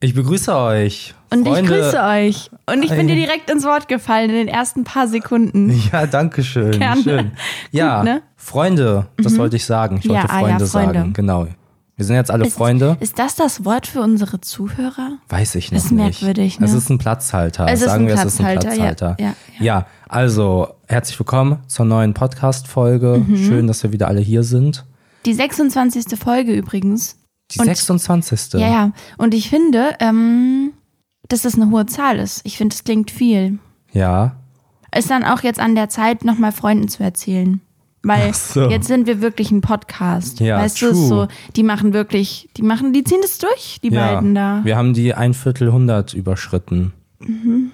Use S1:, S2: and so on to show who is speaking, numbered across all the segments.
S1: Ich begrüße euch.
S2: Und
S1: Freunde.
S2: ich grüße euch. Und ich bin
S1: Ein-
S2: dir direkt ins Wort gefallen in den ersten paar Sekunden.
S1: Ja, danke schön.
S2: Gerne.
S1: schön. Ja,
S2: ne? Mhm.
S1: Freunde, das wollte ich sagen. Ich
S2: Ja,
S1: wollte
S2: ah, ja,
S1: Freunde,
S2: Freunde.
S1: sagen, genau. Wir sind jetzt alle Freunde.
S2: Ist, ist das das Wort für unsere Zuhörer?
S1: Weiß ich noch
S2: ist
S1: nicht.
S2: merkwürdig, ne?
S1: Es ist ein Platzhalter.
S2: Es ist
S1: Sagen
S2: ein
S1: wir, es ist ein
S2: Platzhalter,
S1: Platzhalter.
S2: ja, ja,
S1: ja. also herzlich willkommen zur neuen Podcast-Folge.
S2: Mhm.
S1: Schön, dass wir wieder alle hier sind.
S2: Die 26. Folge übrigens.
S1: Die
S2: Und-
S1: 26.
S2: Ja, ja. Und ich finde, ähm, dass das eine hohe Zahl ist. Ich finde, es klingt viel.
S1: Ja.
S2: Ist dann auch jetzt an der Zeit, nochmal Freunden zu erzählen. Weil
S1: Ach so.
S2: jetzt sind wir wirklich ein Podcast.
S1: Ja,
S2: weißt
S1: true.
S2: du, ist so, die machen wirklich, die machen, die ziehen das durch, die
S1: ja.
S2: beiden da.
S1: Wir haben die ein Viertel 100 überschritten.
S2: Mhm.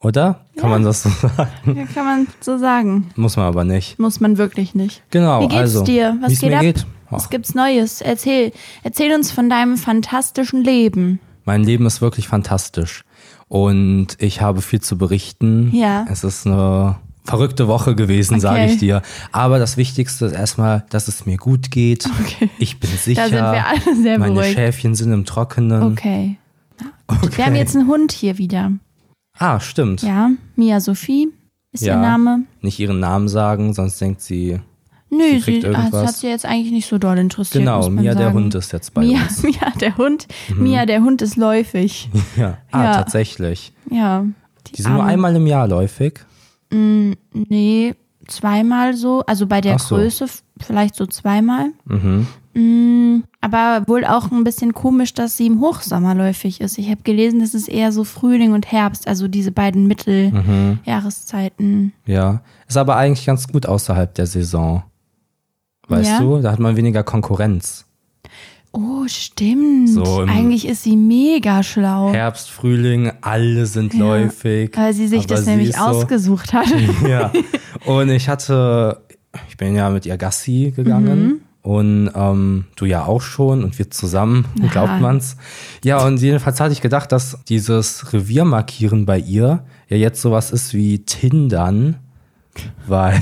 S1: Oder? Kann man das so sagen?
S2: Ja, kann man so sagen.
S1: Muss man aber nicht.
S2: Muss man wirklich nicht.
S1: Genau,
S2: Wie geht's
S1: also.
S2: dir? Was
S1: wie's
S2: geht
S1: mir
S2: ab?
S1: Geht?
S2: Was
S1: Ach,
S2: gibt's Neues? Erzähl, erzähl uns von deinem fantastischen Leben.
S1: mein Leben ist wirklich fantastisch. Und ich habe viel zu berichten.
S2: Ja.
S1: Es ist eine verrückte Woche gewesen, sage ich dir. Aber das Wichtigste ist erstmal, dass es mir gut geht.
S2: Okay.
S1: Ich bin sicher.
S2: sind wir alle sehr
S1: Meine
S2: beruhigt.
S1: Schäfchen sind im Trockenen.
S2: Okay. Wir haben jetzt einen Hund hier wieder.
S1: Ah, stimmt.
S2: Ja, Mia Sophie ist
S1: Ja.
S2: ihr Name.
S1: Nicht ihren Namen sagen, sonst denkt sie.
S2: Nö,
S1: kriegt
S2: sie ah, das
S1: irgendwas.
S2: hat sie jetzt eigentlich nicht so doll interessiert.
S1: Genau,
S2: muss man
S1: Mia,
S2: sagen.
S1: der Hund ist jetzt bei
S2: Mia,
S1: uns. Mhm.
S2: Mia, der Hund. Mia, der Hund ist läufig.
S1: Ja. Ah,
S2: Ja. Ähm,
S1: tatsächlich.
S2: Ja.
S1: Die sind nur
S2: Arme.
S1: einmal im Jahr läufig.
S2: Nee, zweimal so. Also bei der
S1: Ach so. Mhm.
S2: Größe f- vielleicht so zweimal. Mm, aber wohl auch ein bisschen komisch, dass sie im Hochsommer läufig ist. Ich habe gelesen, das ist eher so Frühling und Herbst, also diese beiden
S1: Mhm.
S2: Mitteljahreszeiten.
S1: Ja. Ist aber eigentlich ganz gut außerhalb der Saison. Weißt
S2: Ja.
S1: du? Da hat man weniger Konkurrenz.
S2: Oh, stimmt.
S1: So im-
S2: Eigentlich ist sie mega schlau,
S1: Herbst, Frühling, alle sind läufig.
S2: weil sie sich
S1: Aber
S2: das
S1: sie
S2: nämlich
S1: ist so- Hm.
S2: ausgesucht hat.
S1: Ja. Und ich hatte, ich bin ja mit ihr Gassi gegangen. Und ähm, du ja auch schon und wir zusammen, glaubt man's. Ja, und jedenfalls hatte ich gedacht, dass dieses Reviermarkieren bei ihr ja jetzt sowas ist wie Tindern, weil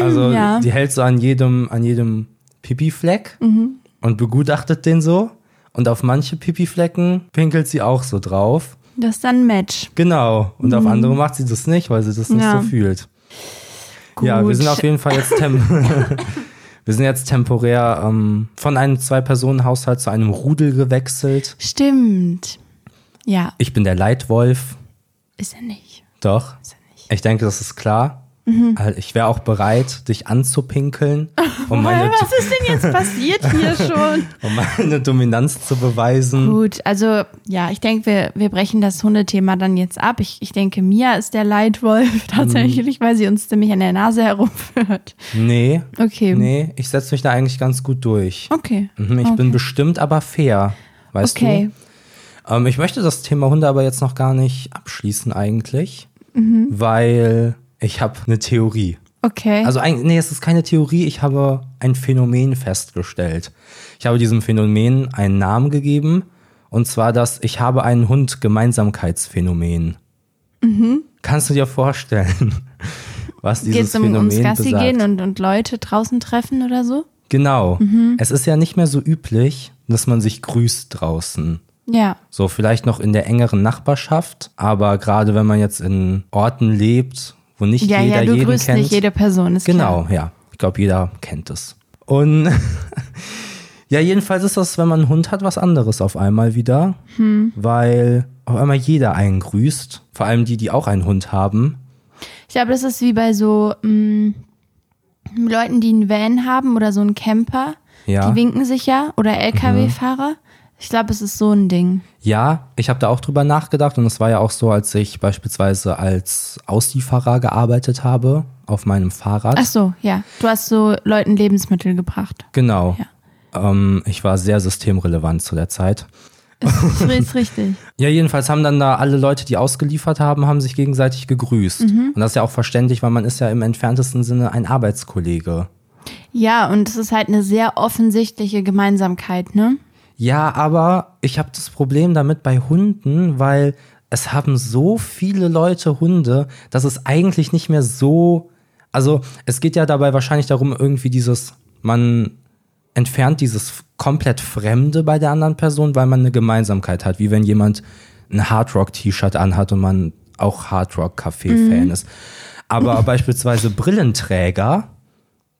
S1: also
S2: Ja.
S1: die hält so an jedem, an jedem Pipi-Fleck und begutachtet den so. Und auf manche Pipi-Flecken pinkelt sie auch so drauf.
S2: Das ist dann ein Match.
S1: Genau. Und auf andere macht sie das nicht, weil sie das nicht
S2: Mhm. Ja.
S1: so fühlt.
S2: Gut.
S1: Ja, wir sind auf jeden Fall jetzt tem wir sind jetzt temporär ähm, von einem Zwei-Personen-Haushalt zu einem Rudel gewechselt.
S2: Stimmt. Ja,
S1: Ich bin der Leitwolf.
S2: ist er nicht. Mhm.
S1: Doch. Ich denke, das ist klar. Also Ich wäre auch bereit, dich anzupinkeln, um meine,
S2: Äh, Was ist denn jetzt passiert hier schon?
S1: um meine Dominanz zu beweisen.
S2: Gut, also ja, ich denke, wir, wir brechen das Hundethema dann jetzt ab. Ich, ich denke, Mia ist der Leitwolf tatsächlich,
S1: Mhm.
S2: weil sie uns ziemlich an der Nase herumführt.
S1: Nee.
S2: Okay.
S1: Nee, ich setze mich da eigentlich ganz gut durch.
S2: Okay.
S1: Mhm, Ich bin bestimmt, aber fair. Weißt du?
S2: Okay.
S1: Ähm, ich möchte das Thema Hunde aber jetzt noch gar nicht abschließen eigentlich,
S2: Mhm.
S1: weil ich habe eine Theorie.
S2: Okay.
S1: Also eigentlich, nee, es ist keine Theorie, ich habe ein Phänomen festgestellt. Ich habe diesem Phänomen einen Namen gegeben und zwar das Ich habe einen Hund Gemeinsamkeitsphänomen.
S2: Mhm.
S1: Kannst du dir vorstellen, was dieses
S2: Geht es um,
S1: Phänomen
S2: ums Gassi
S1: besagt?
S2: gehen und, und Leute draußen treffen oder so?
S1: genau.
S2: Mhm.
S1: Es ist ja nicht mehr so üblich, dass man sich grüßt draußen.
S2: Ja.
S1: So, vielleicht noch in der engeren Nachbarschaft, aber gerade wenn man jetzt in Orten lebt, wo nicht
S2: Ja,
S1: jeder
S2: ja, du
S1: jeden
S2: grüßt
S1: kennt.
S2: nicht jede Person, ist
S1: genau,
S2: klar.
S1: ja. Ich glaube, jeder kennt es. Und ja, jedenfalls ist das, wenn man einen Hund hat, was anderes auf einmal wieder,
S2: Hm.
S1: weil auf einmal jeder einen grüßt, vor allem die, die auch einen Hund haben.
S2: Ich glaube, das ist wie bei so mh, Leuten, die einen Van haben oder so einen Camper.
S1: Ja. Mhm.
S2: Die winken sich ja. Oder LKW-Fahrer. Ich glaube, es ist so ein Ding.
S1: Ja, ich habe da auch drüber nachgedacht und es war ja auch so, als ich beispielsweise als Auslieferer gearbeitet habe auf meinem Fahrrad.
S2: Ach so, ja. Du hast so Leuten Lebensmittel gebracht.
S1: Genau. Ähm, ich war sehr systemrelevant zu der Zeit.
S2: Ist, ist richtig.
S1: Ja, jedenfalls haben dann da alle Leute, die ausgeliefert haben, haben sich gegenseitig gegrüßt. Und das ist ja auch verständlich, weil man ist ja im entferntesten Sinne ein Arbeitskollege.
S2: Ja, und es ist halt eine sehr offensichtliche Gemeinsamkeit, ne?
S1: Ja, aber ich habe das Problem damit bei Hunden, weil es haben so viele Leute Hunde, dass es eigentlich nicht mehr so. Also es geht ja dabei wahrscheinlich darum, irgendwie dieses, man entfernt dieses komplett Fremde bei der anderen Person, weil man eine Gemeinsamkeit hat, wie wenn jemand ein Hardrock-T-Shirt anhat und man auch
S2: Mhm.
S1: Hardrock-Café-Fan ist. Aber beispielsweise Brillenträger,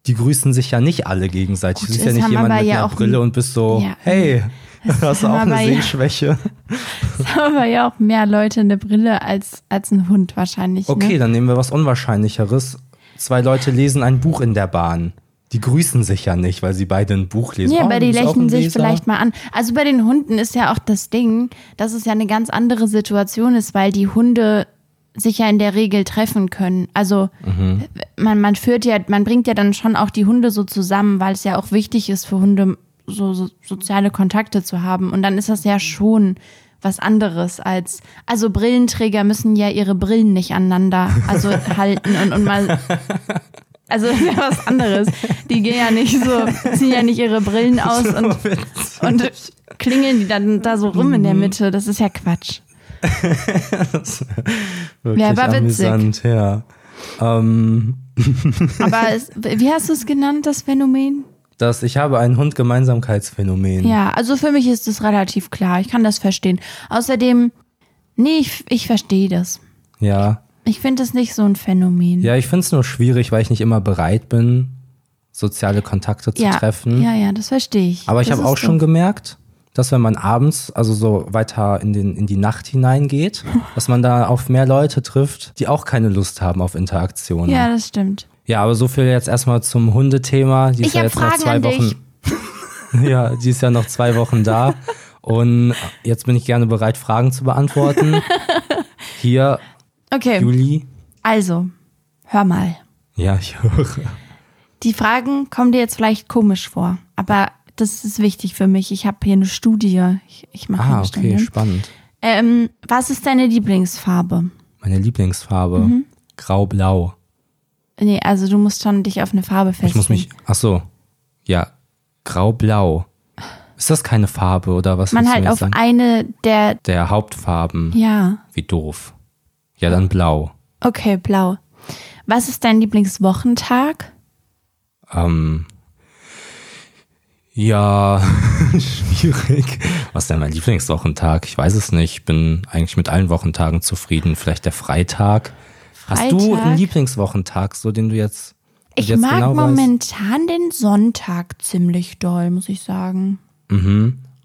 S1: die grüßen sich ja nicht alle gegenseitig.
S2: Gut,
S1: du siehst
S2: es
S1: ja nicht
S2: haben
S1: jemanden
S2: aber
S1: mit
S2: ja
S1: einer
S2: auch
S1: Brille
S2: ein-
S1: und bist so,
S2: Ja.
S1: hey, hast du auch
S2: haben
S1: eine
S2: aber ja- Ne?
S1: Sehschwäche?
S2: Es haben aber ja auch mehr Leute eine Brille als, als ein Hund wahrscheinlich.
S1: Okay,
S2: Ne?
S1: dann nehmen wir was Unwahrscheinlicheres. Zwei Leute lesen ein Buch in der Bahn. Die grüßen sich ja nicht, weil sie beide ein Buch lesen.
S2: Ja,
S1: Oh,
S2: aber
S1: du
S2: die
S1: bist auch
S2: lächeln
S1: ein
S2: sich
S1: Leser?
S2: vielleicht mal an. Also bei den Hunden ist ja auch das Ding, dass es ja eine ganz andere Situation ist, weil die Hunde sich ja in der Regel treffen können. Also
S1: Mhm.
S2: man, man führt ja, man bringt ja dann schon auch die Hunde so zusammen, weil es ja auch wichtig ist für Hunde, so, so soziale Kontakte zu haben. Und dann ist das ja schon was anderes als, also Brillenträger müssen ja ihre Brillen nicht aneinander also halten und, und mal also das ist ja was anderes. Die gehen ja nicht so, ziehen ja nicht ihre Brillen aus und, und klingeln die dann da so rum in
S1: Mhm.
S2: der Mitte. Das ist ja Quatsch.
S1: Wirklich
S2: aber witzig.
S1: amüsant, ja. Ähm,
S2: Aber es, wie hast du es genannt, das Phänomen?
S1: Das, ich habe ein Hund-Gemeinsamkeitsphänomen.
S2: Ja, also für mich ist es relativ klar. Ich kann das verstehen. Außerdem, nee, ich, ich verstehe das.
S1: ja.
S2: Ich finde das nicht so ein Phänomen.
S1: Ja, ich finde es nur schwierig, weil ich nicht immer bereit bin, soziale Kontakte zu
S2: ja,
S1: treffen.
S2: ja, ja, das verstehe ich.
S1: Aber ich
S2: Das
S1: habe
S2: ist
S1: auch schon
S2: so.
S1: gemerkt, dass wenn man abends, also so weiter in, den, in die Nacht hineingeht, dass man da auf mehr Leute trifft, die auch keine Lust haben auf Interaktionen.
S2: Ja, das stimmt.
S1: Ja, aber so viel jetzt erstmal zum Hundethema. Die ist
S2: Ich
S1: ja
S2: hab
S1: jetzt noch
S2: Fragen
S1: zwei
S2: an dich.
S1: Wochen. ja, die ist ja noch zwei Wochen da. Und jetzt bin ich gerne bereit, Fragen zu beantworten. Hier,
S2: Okay,
S1: Juli.
S2: also, hör mal.
S1: Ja, ich höre.
S2: Die Fragen kommen dir jetzt vielleicht komisch vor, aber das ist wichtig für mich. Ich habe hier eine Studie. Ich, ich mache
S1: Ah,
S2: eine
S1: okay,
S2: Studie.
S1: spannend.
S2: Ähm, was ist deine Lieblingsfarbe?
S1: Meine Lieblingsfarbe.
S2: Mhm.
S1: Grau-blau.
S2: Nee, also du musst schon dich auf eine Farbe festlegen.
S1: Ich muss mich. Ach so. Ja, grau-blau. Ist das keine Farbe oder was
S2: Man
S1: willst du
S2: halt
S1: mir jetzt
S2: auf
S1: sagen?
S2: eine der.
S1: Der Hauptfarben.
S2: Ja,
S1: Wie doof. Ja, dann blau.
S2: okay, blau. Was ist dein Lieblingswochentag?
S1: Ähm, ja, schwierig. Was ist denn mein Lieblingswochentag? Ich weiß es nicht. Ich bin eigentlich mit allen Wochentagen zufrieden. Vielleicht der Freitag. Hast du
S2: Freitag?
S1: einen Lieblingswochentag, so den du jetzt, den
S2: Ich
S1: du jetzt
S2: mag
S1: genau weißt?
S2: momentan den Sonntag ziemlich doll, muss ich sagen.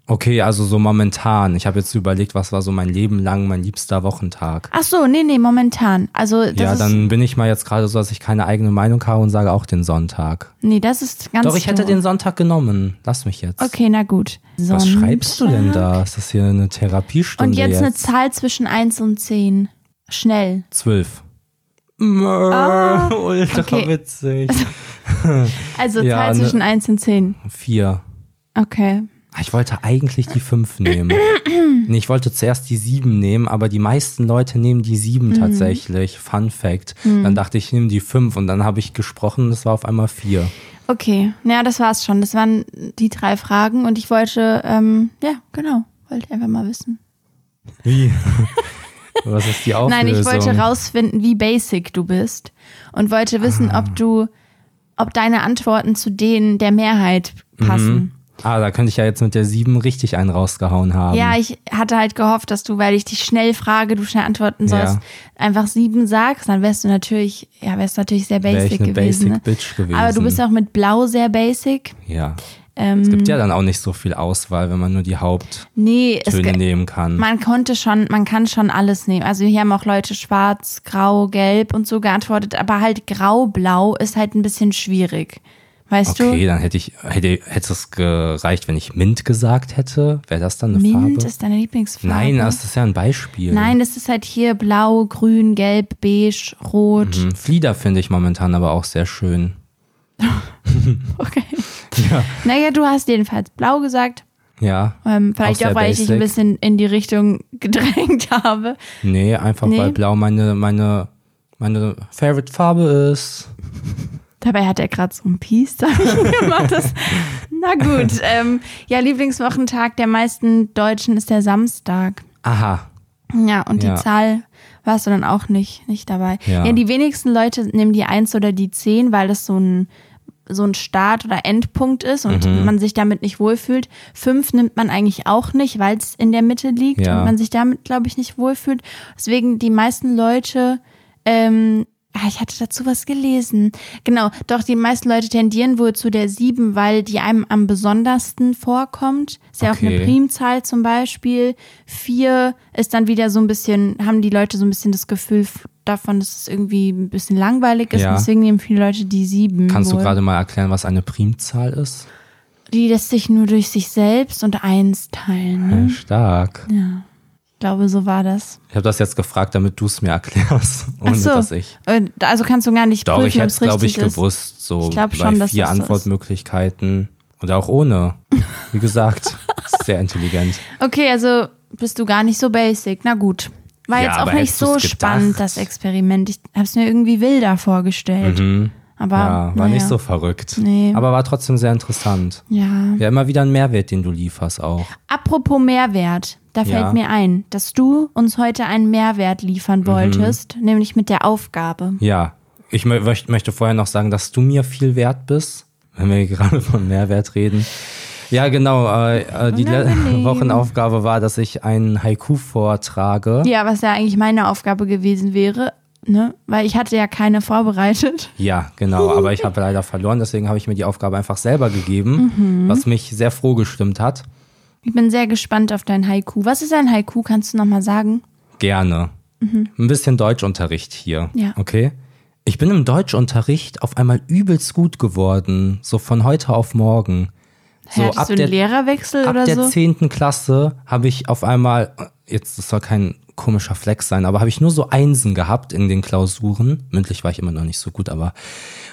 S1: Okay, also so momentan. Ich habe jetzt überlegt, was war so mein Leben lang mein liebster Wochentag.
S2: Ach so, nee, nee, momentan. Also das
S1: ja,
S2: ist,
S1: dann bin ich mal jetzt gerade so, dass ich keine eigene Meinung habe und sage auch den Sonntag.
S2: nee, das ist ganz.
S1: Doch, ich hätte
S2: doof.
S1: den Sonntag genommen. Lass mich jetzt.
S2: Okay, na gut.
S1: Was
S2: Sonntag.
S1: schreibst du denn da? Ist das hier eine Therapiestunde?
S2: Und jetzt, eine Zahl zwischen 1 und 10. Schnell.
S1: Zwölf. Ultra
S2: Ah, okay.
S1: witzig.
S2: Also
S1: Ja,
S2: Zahl
S1: ne-
S2: zwischen 1 und 10.
S1: Vier.
S2: Okay.
S1: Ah, Ich wollte eigentlich die fünf nehmen. nee, ich wollte zuerst die sieben nehmen, aber die meisten Leute nehmen die sieben
S2: Mhm.
S1: tatsächlich. Fun Fact. Dann dachte ich, ich nehme die fünf und dann habe ich gesprochen und es war auf einmal vier.
S2: Okay. Ja, das war's schon. Das waren die drei Fragen und ich wollte, ähm, ja, genau. Wollte einfach mal wissen.
S1: Wie? Was ist die Auflösung?
S2: Nein, ich wollte rausfinden, wie basic du bist und wollte wissen,
S1: Ah.
S2: ob du, ob deine Antworten zu denen der Mehrheit passen.
S1: Ah, da könnte ich ja jetzt mit der sieben richtig einen rausgehauen haben.
S2: Ja, ich hatte halt gehofft, dass du, weil ich dich schnell frage, du schnell antworten
S1: Ja.
S2: sollst, einfach sieben sagst, dann wärst du natürlich, ja, wärst natürlich sehr
S1: Wäre
S2: basic
S1: ich eine
S2: gewesen.
S1: Basic
S2: ne?
S1: Bitch gewesen.
S2: Aber du bist auch mit Blau sehr basic.
S1: Ja.
S2: Ähm,
S1: Es gibt ja dann auch nicht so viel Auswahl, wenn man nur die Haupttöne
S2: nee, es, ge-
S1: nehmen kann.
S2: man konnte schon, man kann schon alles nehmen. Also hier haben auch Leute schwarz, grau, gelb und so geantwortet, aber halt grau-blau ist halt ein bisschen schwierig. Weißt
S1: Okay, dann hätte ich hätte, hätte es gereicht, wenn ich Mint gesagt hätte. Wäre das dann eine
S2: du? Mint
S1: Farbe?
S2: ist deine Lieblingsfarbe.
S1: Nein, das ist ja ein Beispiel.
S2: Nein, das ist halt hier blau, grün, gelb, beige, rot.
S1: Mhm. Hm, Flieder finde ich momentan aber auch sehr schön.
S2: Okay.
S1: Ja.
S2: Naja, du hast jedenfalls blau gesagt.
S1: Ja.
S2: Ähm, vielleicht
S1: sehr
S2: auch, weil ich dich ein
S1: basic.
S2: bisschen in die Richtung gedrängt habe.
S1: Nee, einfach
S2: Nee.
S1: weil blau meine, meine, meine favorite Farbe ist.
S2: Dabei hat er gerade so ein Peace Zeichen gemacht. Das, na gut. Ähm, ja, Lieblingswochentag der meisten Deutschen ist der Samstag.
S1: Aha.
S2: Ja, und die
S1: Ja.
S2: Zahl warst du dann auch nicht, nicht dabei.
S1: Ja.
S2: Ja. die wenigsten Leute nehmen die 1 oder die 10, weil das so ein, so ein Start- oder Endpunkt ist und
S1: Mhm.
S2: man sich damit nicht wohlfühlt. 5 nimmt man eigentlich auch nicht, weil es in der Mitte liegt
S1: Ja.
S2: und man sich damit, glaube ich, nicht wohlfühlt. Deswegen die meisten Leute, ähm, ah, ich hatte dazu was gelesen. Genau, doch die meisten Leute tendieren wohl zu der 7, weil die einem am besondersten vorkommt. Ist ja auch eine
S1: Okay.
S2: Prim Primzahl zum Beispiel. Vier ist dann wieder so ein bisschen, haben die Leute so ein bisschen das Gefühl f- davon, dass es irgendwie ein bisschen langweilig ist.
S1: Ja.
S2: Und deswegen nehmen viele Leute die sieben.
S1: Kannst
S2: wohl.
S1: du gerade mal erklären, was eine Primzahl ist?
S2: Die lässt sich nur durch sich selbst und eins teilen. Ne?
S1: Ja, stark.
S2: Ich glaube, so war das.
S1: Ich habe das jetzt gefragt, damit du es mir erklärst, ohne
S2: Ach so.
S1: dass ich.
S2: Äh, Also kannst du gar nicht
S1: Doch,
S2: prüfen,
S1: ich hätte
S2: ob's
S1: es, glaube ich,
S2: richtig ist.
S1: gewusst. So
S2: Ich glaub
S1: bei
S2: schon, dass
S1: vier
S2: das so ist.
S1: Antwortmöglichkeiten. Oder auch ohne. Wie gesagt, sehr intelligent.
S2: Okay, also bist du gar nicht so basic. Na gut. War
S1: Ja,
S2: jetzt
S1: aber
S2: auch nicht
S1: hättest du's
S2: so spannend,
S1: gedacht?
S2: das Experiment. Ich habe es mir irgendwie wilder vorgestellt. Aber
S1: Mhm. Ja, war
S2: naja.
S1: nicht so verrückt.
S2: Ah, Nee. Mhm.
S1: Aber war trotzdem sehr interessant.
S2: Ja.
S1: Ja, immer wieder ein Mehrwert, den du lieferst auch.
S2: Apropos Mehrwert, da fällt
S1: Ja.
S2: mir ein, dass du uns heute einen Mehrwert liefern wolltest, nämlich mit der Aufgabe.
S1: Mhm. Ja, ich mö möcht- möchte vorher noch sagen, dass du mir viel wert bist, wenn wir gerade von Mehrwert reden. Ja, genau. Äh, äh, die le-
S2: Unangenehm.
S1: Wochenaufgabe war, dass ich einen Haiku vortrage.
S2: Ja, was ja eigentlich meine Aufgabe gewesen wäre, ne? Weil ich hatte ja keine vorbereitet.
S1: Ja, genau. Aber ich habe leider verloren, deswegen habe ich mir die Aufgabe einfach selber
S2: Mhm.
S1: gegeben, was mich sehr froh gestimmt hat.
S2: Ich bin sehr gespannt auf dein Haiku. Was ist ein Haiku? Kannst du nochmal sagen?
S1: Gerne. Ein bisschen Deutschunterricht hier.
S2: Mhm. Ja.
S1: Okay. Ich bin im Deutschunterricht auf einmal übelst gut geworden, so von heute auf morgen. So
S2: Hattest du einen Lehrerwechsel
S1: ab
S2: oder
S1: der
S2: so?
S1: 10. Klasse habe ich auf einmal, jetzt das soll kein komischer Flex sein, aber habe ich nur so Einsen gehabt in den Klausuren. Mündlich war ich immer noch nicht so gut, aber.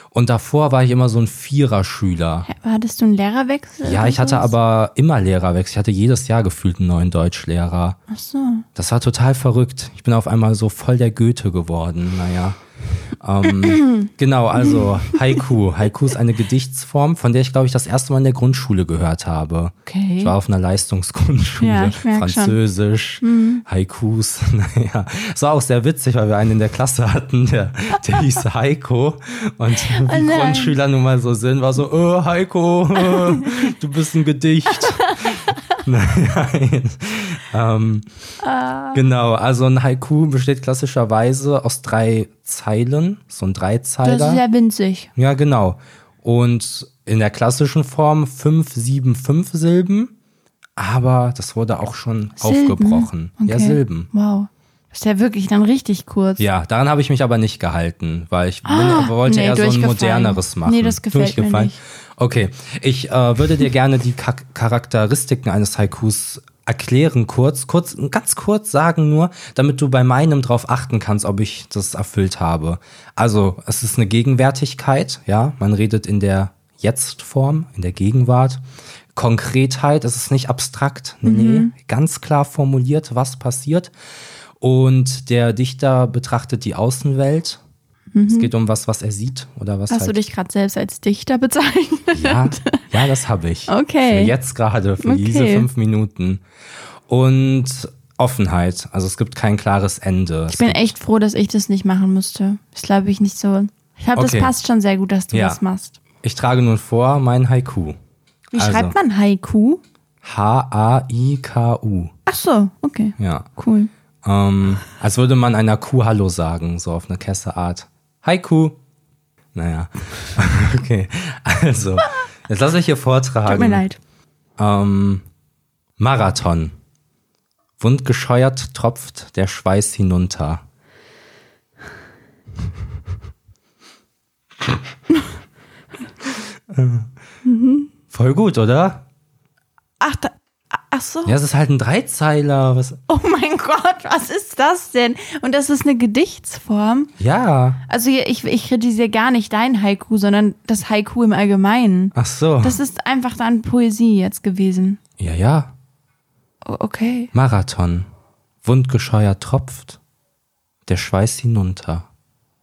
S1: Und davor war ich immer so ein Vierer-Schüler.
S2: Hä, Hattest du einen Lehrerwechsel?
S1: Ja,
S2: oder
S1: ich hatte
S2: sowas?
S1: aber immer Lehrerwechsel. Ich hatte jedes Jahr gefühlt einen neuen Deutschlehrer.
S2: Ach so.
S1: Das war total verrückt. Ich bin auf einmal so voll der Goethe geworden. Naja. Ähm, genau, also Haiku. Haiku ist eine Gedichtsform, von der ich, glaube ich, das erste Mal in der Grundschule gehört habe.
S2: Okay.
S1: Ich war auf einer Leistungsgrundschule.
S2: Ja, ich merk schon. Mhm.
S1: Französisch, Haikus. Naja. Es war auch sehr witzig, weil wir einen in der Klasse hatten, der, der hieß Heiko. Und wie
S2: Oh nein.
S1: Grundschüler nun mal so sind, war so, äh, Heiko, äh, du bist ein Gedicht. Nein. Ähm, Genau, also ein Haiku besteht klassischerweise aus drei Zeilen, so ein Dreizeiler.
S2: Das ist ja winzig.
S1: Ja, genau. Und in der klassischen Form fünf, sieben, fünf Silben, aber das wurde auch schon
S2: Silben? ne?
S1: aufgebrochen. Ja,
S2: Okay.
S1: Silben.
S2: Wow. Das ist ja wirklich dann richtig kurz.
S1: Ja, daran habe ich mich aber nicht gehalten, weil ich bin, wollte
S2: Ah, nee,
S1: eher so ein
S2: durchgefallen.
S1: moderneres machen.
S2: Nee, das gefällt mir
S1: Durchgefallen?
S2: nicht.
S1: Okay, ich äh, würde dir gerne die Ka Charakteristiken eines Haikus erklären kurz, kurz, ganz kurz sagen nur, damit du bei meinem drauf achten kannst, ob ich das erfüllt habe. Also, es ist eine Gegenwärtigkeit, ja, man redet in der Jetzt-Form, in der Gegenwart. Konkretheit, es ist nicht abstrakt, nee,
S2: Mhm.
S1: nee, ganz klar formuliert, was passiert. Und der Dichter betrachtet die Außenwelt. Es geht um was, was er sieht oder was
S2: Mhm. Hast
S1: halt
S2: du dich gerade selbst als Dichter bezeichnet?
S1: ja, ja, das habe ich.
S2: Okay.
S1: Für jetzt gerade, für
S2: Okay.
S1: diese fünf Minuten. Und Offenheit. Also es gibt kein klares Ende.
S2: Ich bin echt froh, dass ich das nicht machen müsste. Ich glaube, ich nicht so. Ich glaube,
S1: Okay.
S2: das passt schon sehr gut, dass du
S1: Ja.
S2: das machst.
S1: ich trage nun vor mein Haiku.
S2: Wie
S1: Also.
S2: schreibt man Haiku?
S1: H-A-I-K-U.
S2: Ach so, okay.
S1: Ja.
S2: Cool.
S1: Ähm, als würde man einer Kuh Hallo sagen, so auf eine Kesseart. Haiku. Naja. okay. Also, jetzt lasse ich hier vortragen.
S2: Tut mir leid.
S1: Ähm, Marathon. Wundgescheuert tropft der Schweiß hinunter. Äh, Voll gut, oder?
S2: Ach, da, Ach so.
S1: Ja, es ist halt ein Dreizeiler. Was?
S2: Oh mein Gott, was ist das denn? Und das ist eine Gedichtsform.
S1: Ja.
S2: Also ich, ich kritisiere gar nicht dein Haiku, sondern das Haiku im Allgemeinen.
S1: Ach so.
S2: Das ist einfach dann Poesie jetzt gewesen.
S1: ja, ja.
S2: O- Okay.
S1: Marathon. Wundgescheuer tropft. Der Schweiß hinunter.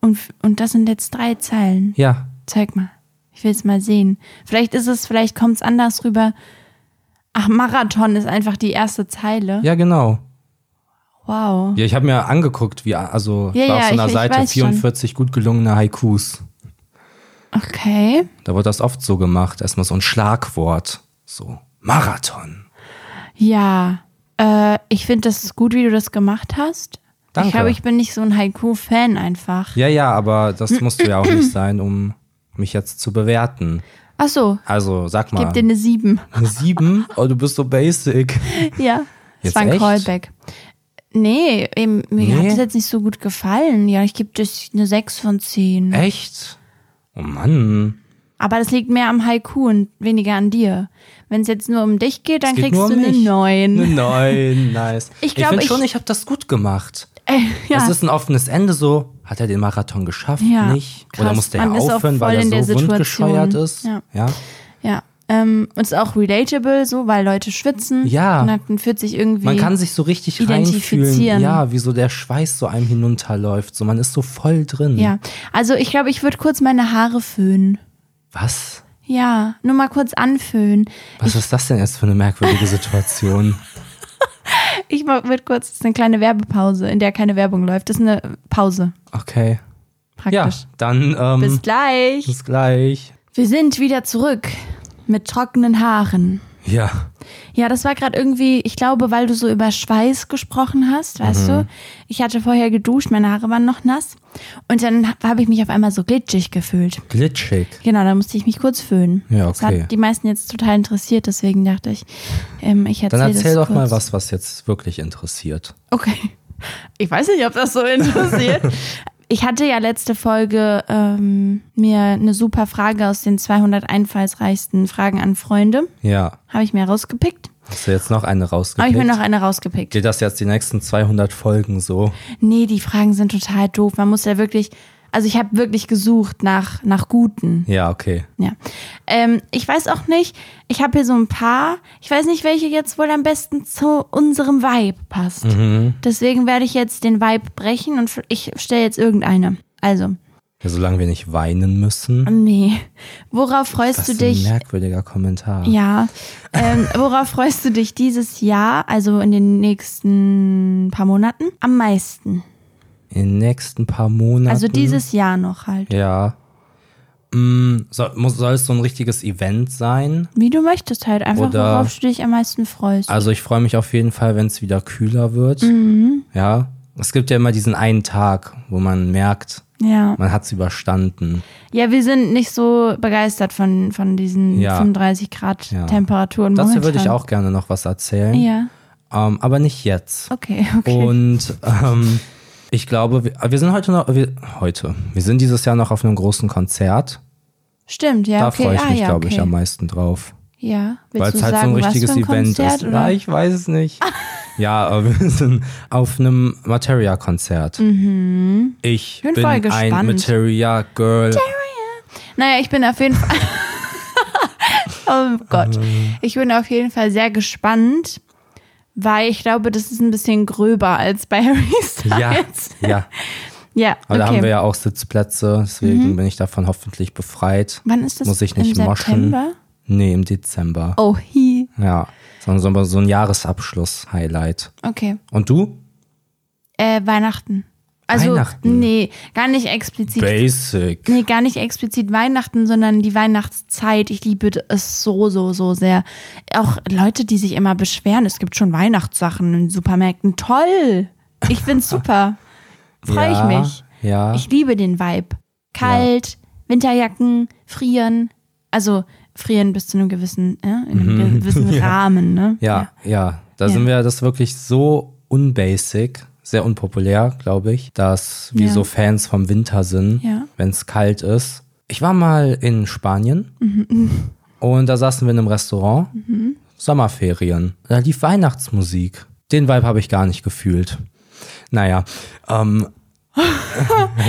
S2: Und, und das sind jetzt drei Zeilen.
S1: Ja.
S2: Zeig mal. Ich will es mal sehen. Vielleicht ist es, vielleicht kommt es anders rüber. Ach, Marathon ist einfach die erste Zeile.
S1: Ja, genau.
S2: Wow.
S1: Ja, ich habe mir angeguckt, wie, also, ich
S2: Ja,
S1: war auf
S2: ja,
S1: so einer
S2: ich- ich
S1: Seite
S2: weiß schon.
S1: 44 gut gelungene Haikus.
S2: Okay.
S1: Da wird das oft so gemacht. Erstmal so ein Schlagwort. So. Marathon.
S2: Ja, äh, ich finde das ist gut, wie du das gemacht hast.
S1: Danke.
S2: Ich glaube, ich bin nicht so ein Haiku-Fan einfach.
S1: Ja, ja, aber das musst du ja auch nicht sein, um mich jetzt zu bewerten.
S2: Ach so,
S1: Also, sag
S2: gib
S1: mal.
S2: dir eine 7.
S1: Eine 7? Oh, du bist so basic.
S2: ja,
S1: Jetzt
S2: das war ein
S1: echt?
S2: Callback. Nee, eben, mir hat
S1: Nee?
S2: das jetzt nicht so gut gefallen. Ja, ich gebe das eine 6 von 10.
S1: Echt? Oh Mann.
S2: Aber das liegt mehr am Haiku und weniger an dir. Wenn es jetzt nur um dich geht, dann
S1: Es geht
S2: kriegst
S1: nur
S2: du
S1: um
S2: eine
S1: mich.
S2: 9.
S1: Eine 9, nice.
S2: Ich glaub,
S1: finde
S2: ich-
S1: schon, ich habe das gut gemacht.
S2: Äh, ja.
S1: Es ist ein offenes Ende so. Hat er den Marathon geschafft?
S2: Ja,
S1: Nicht?
S2: krass.
S1: Oder musste er
S2: Man ist auch
S1: aufhören, weil
S2: voll in
S1: er
S2: der
S1: so
S2: Situation.
S1: wundgescheuert ist?
S2: Ja.
S1: ja.
S2: Ja. Ähm, und es ist auch relatable, so, weil Leute schwitzen.
S1: Ja.
S2: Und dann fühlt sich irgendwie.
S1: Man kann sich so richtig reinfühlen.
S2: Identifizieren.
S1: Ja, wie so der Schweiß so einem hinunterläuft. So, man ist so voll drin.
S2: Ja. Also, ich glaube, ich würde kurz meine Haare föhnen.
S1: Was?
S2: Ja, nur mal kurz anföhnen.
S1: Was ist das denn jetzt für eine merkwürdige Situation?
S2: Ich würde kurz, das ist eine kleine Werbepause, in der keine Werbung läuft. Das ist eine Pause,
S1: Okay. Ja,
S2: praktisch.
S1: dann ähm,
S2: Bis gleich.
S1: bis gleich.
S2: Wir sind wieder zurück mit trockenen Haaren.
S1: Ja.
S2: Ja, das war gerade irgendwie, ich glaube, weil du so über Schweiß gesprochen hast, weißt
S1: Mhm.
S2: du? Ich hatte vorher geduscht, meine Haare waren noch nass. Und dann habe hab ich mich auf einmal so glitschig gefühlt.
S1: Glitschig.
S2: Genau, da musste ich mich kurz föhnen.
S1: Ja,
S2: Das
S1: okay.
S2: hat die meisten jetzt total interessiert, deswegen dachte ich, ähm, ich erzähle
S1: Dann erzähl
S2: das
S1: doch mal
S2: kurz.
S1: was, was jetzt wirklich interessiert.
S2: Okay. Ich weiß nicht, ob das so interessiert. Ich hatte ja letzte Folge ähm, mir eine super Frage aus den 200 einfallsreichsten Fragen an Freunde.
S1: Ja.
S2: Habe ich mir rausgepickt.
S1: Hast du jetzt noch eine
S2: Habe
S1: rausgekriegt?
S2: ich mir noch eine rausgepickt.
S1: Geht das jetzt die nächsten 200 Folgen so?
S2: Nee, die Fragen sind total doof. Man muss ja wirklich, also ich habe wirklich gesucht nach, nach guten.
S1: Ja, okay.
S2: Ja. Ähm, ich weiß auch nicht, ich habe hier so ein paar. Ich weiß nicht, welche jetzt wohl am besten zu unserem Vibe passt. Deswegen werde ich jetzt den Vibe brechen und ich stelle jetzt irgendeine. Also,
S1: Ja, solange wir nicht weinen müssen.
S2: nee. Worauf freust
S1: Das
S2: du
S1: ist ein
S2: dich?
S1: merkwürdiger Kommentar.
S2: Ja. Ähm, worauf freust du dich dieses Jahr, also in den nächsten paar Monaten, am meisten?
S1: In den nächsten paar Monaten.
S2: Also dieses Jahr noch halt.
S1: Ja. Mm, soll, muss, soll es so ein richtiges Event sein?
S2: Wie du möchtest halt, einfach
S1: Oder-
S2: worauf du dich am meisten freust.
S1: Also ich freue mich auf jeden Fall, wenn es wieder kühler wird.
S2: Mhm.
S1: Ja. Es gibt ja immer diesen einen Tag, wo man merkt,
S2: ja.
S1: man hat es überstanden.
S2: ja, wir sind nicht so begeistert von, von diesen
S1: Ja.
S2: 35 Grad
S1: Ja.
S2: Temperaturen.
S1: Dazu
S2: momentan.
S1: würde ich auch gerne noch was erzählen.
S2: Ja,
S1: Ähm, aber nicht jetzt.
S2: okay, okay.
S1: Und ähm, ich glaube, wir, wir sind heute noch, wir, heute, wir sind dieses Jahr noch auf einem großen Konzert.
S2: Stimmt, ja,
S1: Da
S2: okay.
S1: freue ich
S2: ah,
S1: mich,
S2: ja,
S1: glaube
S2: okay.
S1: ich, am meisten drauf.
S2: Ja,
S1: Weil
S2: willst du
S1: es halt so
S2: sagen,
S1: ein
S2: was
S1: richtiges
S2: für ein
S1: Event
S2: Konzert,
S1: ist.
S2: Oder?
S1: Ja, ich weiß es nicht. ja, aber wir sind auf einem Materia-Konzert. Ich
S2: Mhm. bin
S1: bin,
S2: voll
S1: ein
S2: gespannt.
S1: Materia-Girl.
S2: Naja, ich bin auf jeden Fall. oh Gott.
S1: Ähm.
S2: Ich bin auf jeden Fall sehr gespannt, weil ich glaube, das ist ein bisschen gröber als bei Harry
S1: Ja,
S2: Styles.
S1: ja.
S2: Ja,
S1: Aber
S2: okay. Mhm.
S1: da haben wir ja auch Sitzplätze, deswegen bin ich davon hoffentlich befreit.
S2: Wann ist das?
S1: Muss ich nicht
S2: Im
S1: moschen.
S2: September?
S1: Nee, im Dezember.
S2: Oh, hi.
S1: Ja. Sondern so ein- so ein Jahresabschluss-Highlight.
S2: Okay.
S1: Und du?
S2: Äh, Weihnachten. Also,
S1: Weihnachten?
S2: nee, gar nicht explizit.
S1: Basic.
S2: nee, gar nicht explizit Weihnachten, sondern die Weihnachtszeit. Ich liebe es so, so, so sehr. Auch Leute, die sich immer beschweren, es gibt schon Weihnachtssachen in Supermärkten. Toll! Ich find's super. Freue
S1: ja,
S2: ich mich.
S1: Ja.
S2: Ich liebe den Vibe. Kalt, Winterjacken, frieren. Also, frieren bis zu einem gewissen, äh, in einem gewissen Rahmen, ne?
S1: Mhm. ja, ja, Da
S2: Ja.
S1: sind wir das wirklich so unbasic, sehr unpopulär, glaube ich, dass wir
S2: Ja.
S1: so Fans vom Winter sind,
S2: Ja.
S1: wenn es kalt ist.
S2: Mhm.
S1: Ich war mal in Spanien und da saßen wir in einem Restaurant. Sommerferien. Da lief Weihnachtsmusik. Den Vibe habe ich gar nicht gefühlt. Naja, ähm,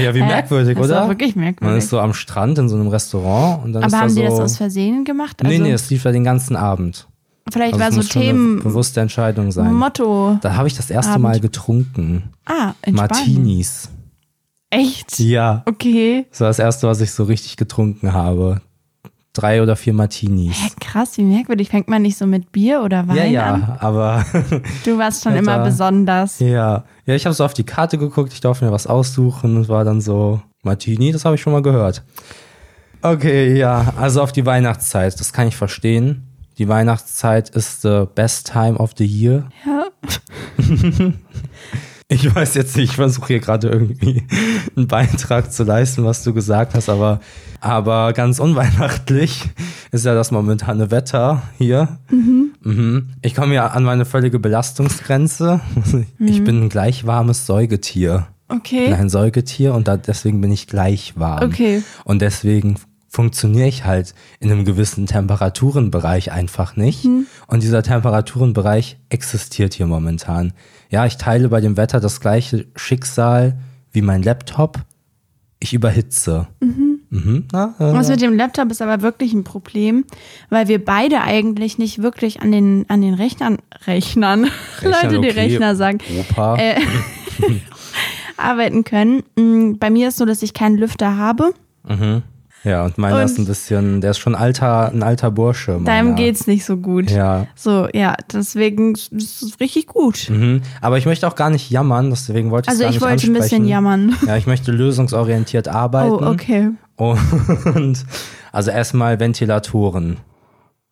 S1: ja, wie
S2: Hä?
S1: merkwürdig,
S2: Das
S1: oder?
S2: war wirklich merkwürdig.
S1: Man ist so am Strand in so einem Restaurant und dann ist
S2: Aber
S1: da
S2: haben
S1: so.
S2: die das aus Versehen gemacht?
S1: nee,
S2: Also,
S1: nee, es lief da den ganzen Abend.
S2: vielleicht
S1: Also
S2: war
S1: es
S2: so
S1: muss schon eine
S2: Themen,
S1: bewusste Entscheidung sein.
S2: Motto.
S1: da habe ich das erste Mal getrunken.
S2: Ah, in Spanien.
S1: Martinis.
S2: Echt?
S1: Ja.
S2: Okay.
S1: Das war das erste, was ich so richtig getrunken habe. Drei oder vier Martinis.
S2: Hä, krass, wie merkwürdig. Fängt man nicht so mit Bier oder Wein
S1: Ja,
S2: an?
S1: ja, aber
S2: Du warst schon
S1: Ja,
S2: immer
S1: da-
S2: besonders.
S1: ja. Ja, ich habe so auf die Karte geguckt, ich darf mir was aussuchen und war dann so, Martini, das habe ich schon mal gehört. Okay, ja, also auf die Weihnachtszeit, das kann ich verstehen. Die Weihnachtszeit ist the best time of the year.
S2: Ja.
S1: Ich weiß jetzt nicht, ich versuche hier gerade irgendwie einen Beitrag zu leisten, was du gesagt hast, aber, aber ganz unweihnachtlich ist ja das momentane Wetter hier. Mhm. Ich komme ja an meine völlige Belastungsgrenze. Ich bin ein gleich warmes Säugetier. Ich
S2: Okay.
S1: bin ein Säugetier und da, deswegen bin ich gleich warm.
S2: Hm? Okay.
S1: Und deswegen funktioniere ich halt in einem gewissen Temperaturenbereich einfach nicht.
S2: Hm.
S1: Und dieser Temperaturenbereich existiert hier momentan. Ja, ich teile bei dem Wetter das gleiche Schicksal wie mein Laptop. Ich überhitze. Mhm. Na, äh,
S2: Was mit dem Laptop ist aber wirklich ein Problem, weil wir beide eigentlich nicht wirklich an den, an den Rechnern, Rechnern, Leute, die
S1: okay.
S2: Rechner sagen, äh,
S1: Opa.
S2: arbeiten können. Mm, Bei mir ist so, dass ich keinen Lüfter habe.
S1: ja, und meiner
S2: und-
S1: ist ein bisschen, der ist schon alter, ein alter Bursche.
S2: Deinem
S1: meiner.
S2: geht's nicht so gut.
S1: Ja.
S2: So, ja, deswegen ist es richtig gut.
S1: Mhm. Aber ich möchte auch gar nicht jammern, deswegen wollte ich
S2: Also
S1: gar
S2: ich
S1: nicht
S2: wollte ein
S1: ansprechen.
S2: bisschen jammern.
S1: Ja, ich möchte lösungsorientiert arbeiten.
S2: Oh, okay.
S1: Und also erstmal Ventilatoren.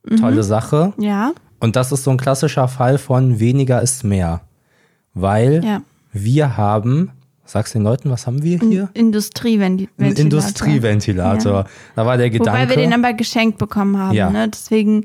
S2: Mhm.
S1: Tolle Sache.
S2: Ja,
S1: Und das ist so ein klassischer Fall von weniger ist mehr. Weil
S2: Ja.
S1: wir haben, sagst den Leuten, was haben wir hier?
S2: Industrieventilator.
S1: Ein Industrieventilator. Da war der Gedanke.
S2: Wobei wir den aber geschenkt bekommen haben.
S1: Ja.
S2: Ne? Deswegen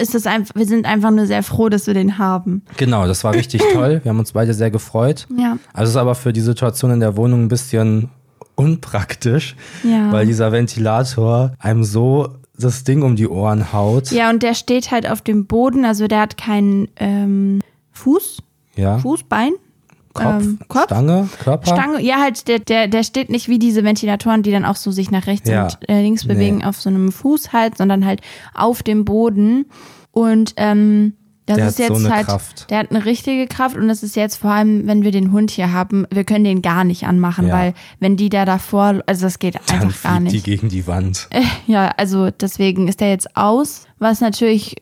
S2: ist es einfach, wir sind einfach nur sehr froh, dass wir den haben.
S1: Genau, das war richtig toll. Wir haben uns beide sehr gefreut.
S2: Ja.
S1: Also es ist aber für die Situation in der Wohnung ein bisschen unpraktisch,
S2: Ja.
S1: weil dieser Ventilator einem so das Ding um die Ohren haut.
S2: Ja, und der steht halt auf dem Boden, also der hat keinen ähm, Fuß,
S1: Ja.
S2: Fuß, Bein,
S1: Kopf,
S2: ähm, Kopf?
S1: Stange, Körper.
S2: Stange. Ja, halt, der, der, der steht nicht wie diese Ventilatoren, die dann auch so sich nach rechts
S1: Ja.
S2: und äh, links
S1: Nee.
S2: bewegen auf so einem Fuß halt, sondern halt auf dem Boden. Und ähm, das
S1: Der
S2: ist
S1: hat so
S2: jetzt
S1: eine
S2: halt,
S1: Kraft.
S2: der hat eine richtige Kraft und das ist jetzt vor allem, wenn wir den Hund hier haben, wir können den gar nicht anmachen,
S1: Ja.
S2: weil wenn die da davor, also das geht
S1: Dann
S2: einfach gar
S1: fliegt die
S2: nicht.
S1: gegen die Wand.
S2: Ja, also deswegen ist der jetzt aus, was natürlich,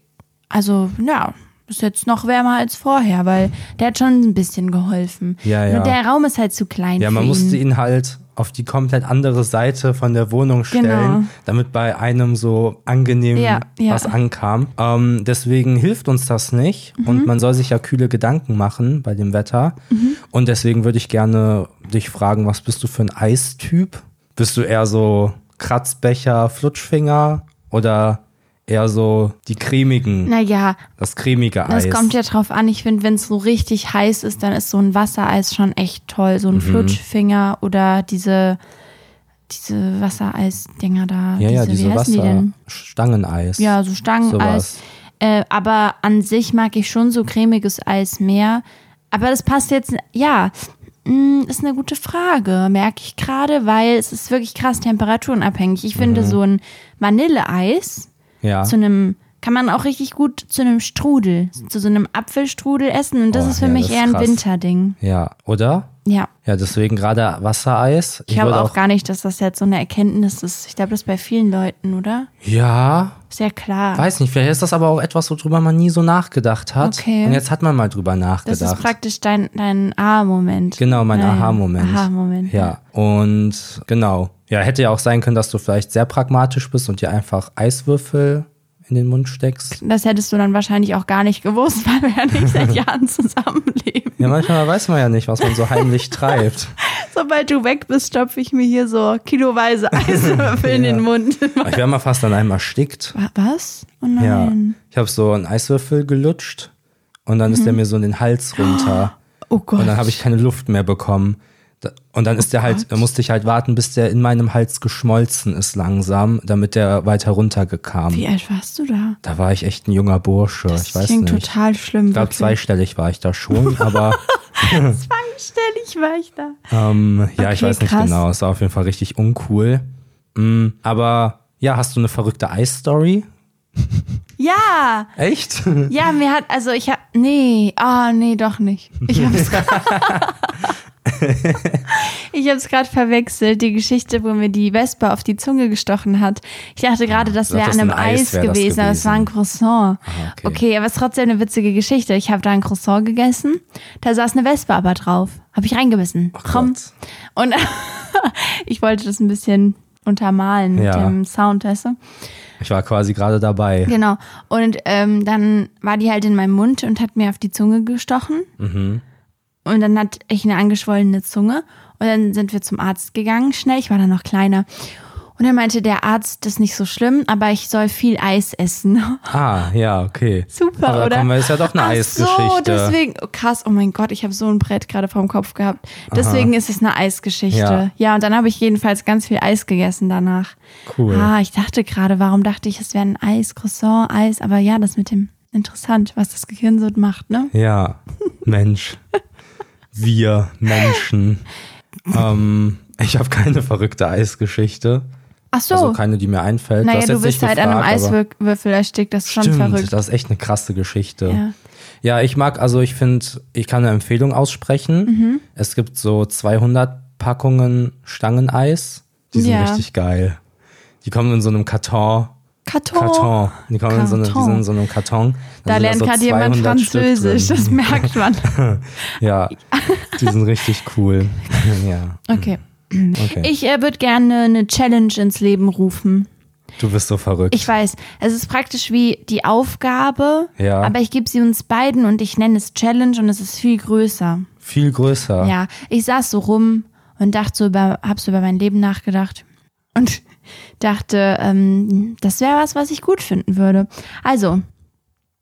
S2: also ja, ist jetzt noch wärmer als vorher, weil der hat schon ein bisschen geholfen.
S1: Ja, ja.
S2: Nur der Raum ist halt zu klein.
S1: Ja,
S2: für
S1: man
S2: ihn.
S1: musste ihn halt auf die komplett andere Seite von der Wohnung stellen,
S2: Genau.
S1: damit bei einem so angenehm
S2: Ja, ja.
S1: was ankam. Ähm, deswegen hilft uns das nicht
S2: Mhm.
S1: und man soll sich ja kühle Gedanken machen bei dem Wetter.
S2: Mhm.
S1: Und deswegen würde ich gerne dich fragen, was bist du für ein Eistyp? Bist du eher so Kratzbecher, Flutschfinger oder eher so die cremigen,
S2: Naja,
S1: das cremige Eis?
S2: das kommt ja drauf an. Ich finde, wenn es so richtig heiß ist, dann ist so ein Wassereis schon echt toll.
S1: Mhm.
S2: So ein Flutschfinger oder diese, diese Wassereis-Dinger da.
S1: Ja, ja,
S2: wie
S1: diese
S2: heißen die
S1: Wasser,
S2: denn?
S1: Stangeneis.
S2: Ja, so Stangeneis.
S1: Sowas.
S2: Äh, aber an sich mag ich schon so cremiges Eis mehr. Aber das passt jetzt, ja, mm, ist eine gute Frage, merke ich gerade, weil es ist wirklich krass temperaturenabhängig. Ich finde
S1: Mhm.
S2: so ein Vanilleeis
S1: Ja.
S2: zu einem, kann man auch richtig gut zu einem Strudel, zu so einem Apfelstrudel essen. Und das
S1: Oh,
S2: ist für
S1: ja,
S2: mich
S1: das ist
S2: eher ein
S1: krass.
S2: Winterding.
S1: ja, oder?
S2: Ja.
S1: Ja, deswegen gerade Wassereis.
S2: Ich glaube
S1: würde
S2: auch gar nicht, dass das jetzt so eine Erkenntnis ist. Ich glaube, das ist bei vielen Leuten, oder?
S1: Ja,
S2: Ist ja klar.
S1: weiß nicht. Vielleicht ist das aber auch etwas, worüber man nie so nachgedacht hat.
S2: Okay.
S1: Und jetzt hat man mal drüber nachgedacht.
S2: Das ist praktisch dein, dein Aha-Moment.
S1: genau, mein
S2: Dein
S1: Aha-Moment.
S2: Aha-Moment.
S1: Ja. Und genau. Ja, hätte ja auch sein können, dass du vielleicht sehr pragmatisch bist und dir einfach Eiswürfel in den Mund steckst.
S2: Das hättest du dann wahrscheinlich auch gar nicht gewusst, weil wir ja nicht seit Jahren zusammenleben.
S1: Ja, manchmal weiß man ja nicht, was man so heimlich treibt.
S2: Sobald du weg bist, stopfe ich mir hier so kiloweise Eiswürfel in den Mund.
S1: Ich wäre mal fast an einem erstickt.
S2: Wa- Was? Oh
S1: Ja.
S2: nein. Mhm.
S1: Ich habe so einen Eiswürfel gelutscht und dann ist der mir so in den Hals runter.
S2: Oh Gott. Oh
S1: Und dann habe ich keine Luft mehr bekommen. Und dann ist der halt, musste ich halt warten, bis der in meinem Hals geschmolzen ist langsam, damit der weiter runtergekam.
S2: Wie alt warst du da?
S1: Da war ich echt ein junger Bursche.
S2: Das
S1: ich weiß
S2: klingt
S1: nicht.
S2: total schlimm.
S1: ich glaube,
S2: wirklich.
S1: zweistellig war ich da schon, aber
S2: Zwangstellig war ich da.
S1: ähm, ja, ich
S2: Okay,
S1: weiß nicht
S2: krass.
S1: genau. Es war auf jeden Fall richtig uncool. Mm, aber ja, hast du eine verrückte Eis-Story?
S2: Ja,
S1: Echt?
S2: ja, mir hat, also ich hab, nee, ah, nee, doch nicht. Ich hab's Ich hab's gerade verwechselt, die Geschichte, wo mir die Vespa auf die Zunge gestochen hat. Ich dachte gerade, das
S1: du
S2: wäre an
S1: dachtest,
S2: einem
S1: ein Eis
S2: Eis,
S1: wär
S2: gewesen,
S1: das Ah,
S2: aber es war ein Croissant.
S1: okay.
S2: okay. aber es ist trotzdem eine witzige Geschichte. Ich habe da ein Croissant gegessen, da saß eine Vespa aber drauf. Habe ich reingebissen. Komm.
S1: Gott.
S2: Und ich wollte das ein bisschen untermalen
S1: Ja.
S2: mit dem Sound, weißt du?
S1: Ich war quasi gerade dabei.
S2: Genau. Und ähm, dann war die halt in meinem Mund und hat mir auf die Zunge gestochen. Und dann hatte ich eine angeschwollene Zunge. Und dann sind wir zum Arzt gegangen, schnell. Ich war da noch kleiner. Und dann meinte der Arzt, das ist nicht so schlimm, aber ich soll viel Eis essen.
S1: Ah, ja, okay.
S2: Super,
S1: Aber da
S2: oder?
S1: kommen wir- ist ja doch eine
S2: Ach So,
S1: Eisgeschichte.
S2: deswegen. Oh, krass, oh mein Gott, ich habe so ein Brett gerade vorm Kopf gehabt. Deswegen ist es eine Eisgeschichte.
S1: Ja.
S2: Ja, und dann habe ich jedenfalls ganz viel Eis gegessen danach.
S1: Cool.
S2: Ah, ich dachte gerade, warum dachte ich, es wäre ein Eis, Croissant, Eis, aber ja, das mit dem interessant, was das Gehirn so macht, ne?
S1: Ja, Mensch. Wir Menschen. ähm, ich habe keine verrückte Eisgeschichte.
S2: Ach so.
S1: Also keine, die mir einfällt.
S2: naja,
S1: hast
S2: du
S1: jetzt
S2: bist
S1: nicht
S2: halt an einem
S1: gefragt, aber-
S2: Eiswürfel erstickt, das ist schon
S1: Stimmt,
S2: verrückt.
S1: das ist echt eine krasse Geschichte.
S2: Ja.
S1: Ja, ich mag, also ich finde, ich kann eine Empfehlung aussprechen.
S2: Mhm.
S1: Es gibt so 200 Packungen Stangeneis. Die sind
S2: Ja.
S1: richtig geil. Die kommen in so einem Karton.
S2: Karton.
S1: Karton. Die kommen in so, einem- die
S2: Karton.
S1: sind in so einem Karton. Dann
S2: Da
S1: sind
S2: lernt
S1: so
S2: gerade jemand
S1: 200 Stück drin.
S2: Französisch, das merkt man.
S1: Ja, die sind richtig cool. ja,
S2: Okay.
S1: okay.
S2: Ich äh, würde gerne eine Challenge ins Leben rufen.
S1: du bist so verrückt.
S2: Ich weiß, es ist praktisch wie die Aufgabe,
S1: Ja.
S2: aber ich gebe sie uns beiden und ich nenne es Challenge und es ist viel größer.
S1: Viel größer.
S2: Ja, ich saß so rum und dachte so über, hab so über mein Leben nachgedacht und dachte, ähm, das wäre was, was ich gut finden würde. Also,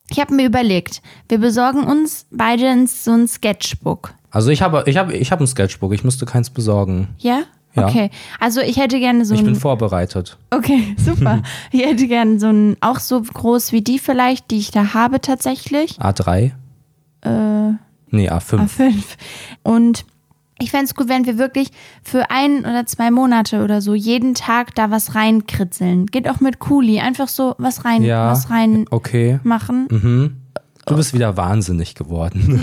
S2: ich habe mir überlegt, wir besorgen uns beide ins- so ein Sketchbook.
S1: Also ich habe, ich habe, ich habe ein Sketchbook. Ich müsste keins besorgen.
S2: Ja?
S1: Ja.
S2: Okay, also ich hätte gerne so
S1: Ich
S2: ein
S1: bin vorbereitet.
S2: Okay, super. Ich hätte gern so einen, auch so groß wie die vielleicht, die ich da habe tatsächlich.
S1: A3? Äh. Nee, A5.
S2: Äh. Fünf. Und ich fänd's gut, wenn wir wirklich für ein oder zwei Monate oder so jeden Tag da was reinkritzeln. Geht auch mit Kuli, einfach so was rein,
S1: ja. oh. Mhm.
S2: was rein
S1: Okay.
S2: machen.
S1: Du bist wieder wahnsinnig geworden.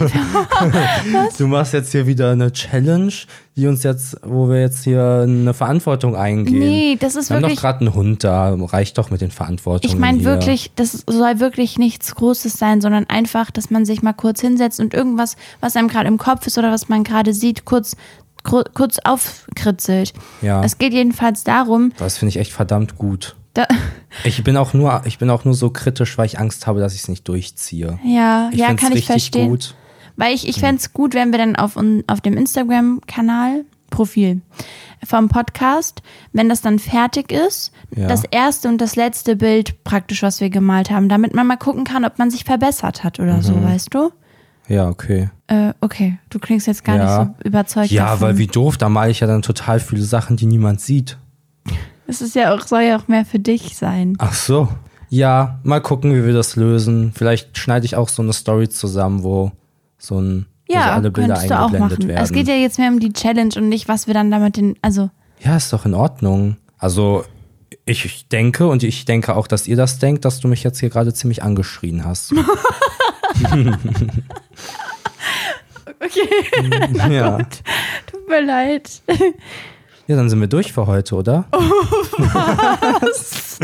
S1: Du machst jetzt hier wieder eine Challenge, die uns jetzt, wo wir jetzt hier eine Verantwortung eingehen.
S2: Nee, das ist
S1: wir haben doch
S2: wirklich-
S1: gerade einen Hund da. Reicht doch mit den Verantwortungen.
S2: Ich meine
S1: hier.
S2: wirklich, das soll wirklich nichts Großes sein, sondern einfach, dass man sich mal kurz hinsetzt und irgendwas, was einem gerade im Kopf ist oder was man gerade sieht, kurz, gro- kurz aufkritzelt.
S1: Ja.
S2: Es geht jedenfalls darum,
S1: Das finde ich echt verdammt gut.
S2: da,
S1: Ich bin auch nur, ich bin auch nur so kritisch, weil ich Angst habe, dass ich es nicht durchziehe.
S2: ja,
S1: Ich
S2: ja,
S1: find's
S2: kann ich
S1: richtig
S2: verstehen.
S1: gut.
S2: Weil ich, ich
S1: Mhm.
S2: fände es gut, wenn wir dann auf, un, auf dem Instagram-Kanal, Profil vom Podcast, wenn das dann fertig ist,
S1: Ja.
S2: das erste und das letzte Bild praktisch, was wir gemalt haben, damit man mal gucken kann, ob man sich verbessert hat oder
S1: Mhm.
S2: so, weißt du?
S1: Ja, okay.
S2: Äh, okay, du klingst jetzt gar
S1: Ja.
S2: nicht so überzeugt.
S1: Ja,
S2: davon.
S1: weil wie doof, da male ich ja dann total viele Sachen, die niemand sieht.
S2: Es ist ja auch, soll ja auch mehr für dich sein.
S1: Ach so. Ja, mal gucken, wie wir das lösen. Vielleicht schneide ich auch so eine Story zusammen, wo so ein wo so
S2: Ja,
S1: alle Bilder
S2: könntest du auch
S1: eingeblendet
S2: machen.
S1: werden.
S2: Es geht ja jetzt mehr um die Challenge und nicht, was wir dann damit den. Also,
S1: ja, ist doch in Ordnung. Also ich, ich denke und ich denke auch, dass ihr das denkt, dass du mich jetzt hier gerade ziemlich angeschrien hast. okay.
S2: Oh
S1: ja.
S2: tut mir leid.
S1: Ja, dann sind wir durch für heute, oder? Oh, was?